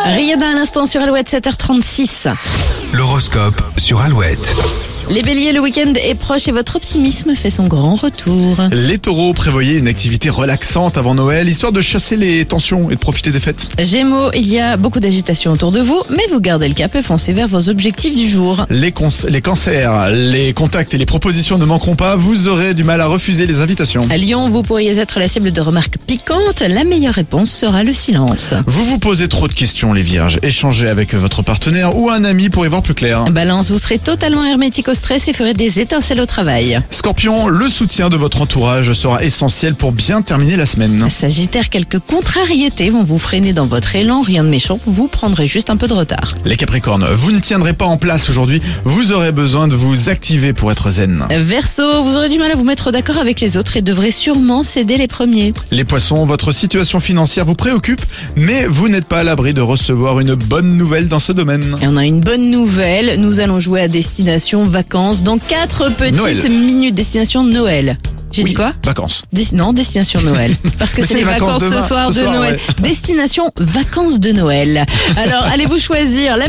Préda à l'instant sur Alouette 7h36. L'horoscope sur Alouette. Les béliers, le week-end est proche et votre optimisme fait son grand retour. Les taureaux prévoyaient une activité relaxante avant Noël, histoire de chasser les tensions et de profiter des fêtes. Gémeaux, il y a beaucoup d'agitation autour de vous, mais vous gardez le cap et foncez vers vos objectifs du jour. Les, cons- les cancers, les contacts et les propositions ne manqueront pas, vous aurez du mal à refuser les invitations. À Lyon, vous pourriez être la cible de remarques piquantes. La meilleure réponse sera le silence. Vous vous posez trop de questions les vierges, échangez avec votre partenaire ou un ami pour y voir plus clair. Balance, vous serez totalement hermétique au stress et ferez des étincelles au travail. Scorpion, le soutien de votre entourage sera essentiel pour bien terminer la semaine. Sagittaire, quelques contrariétés vont vous freiner dans votre élan. Rien de méchant, vous prendrez juste un peu de retard. Les capricornes, vous ne tiendrez pas en place aujourd'hui, vous aurez besoin de vous activer pour être zen. Verseau, vous aurez du mal à vous mettre d'accord avec les autres et devrez sûrement céder les premiers. Les poissons, votre situation financière vous préoccupe, mais vous n'êtes pas à l'abri de recevoir une bonne nouvelle dans ce domaine. Et on a une bonne nouvelle, nous allons jouer à destination vacances dans 4 petites Noël. minutes destination Noël. J'ai Oui, dit quoi Vacances. Des- Non, destination Noël. Parce que Mais c'est les vacances, demain, ce soir ce de soir, Noël. ouais. Destination vacances de Noël. Alors allez-vous choisir la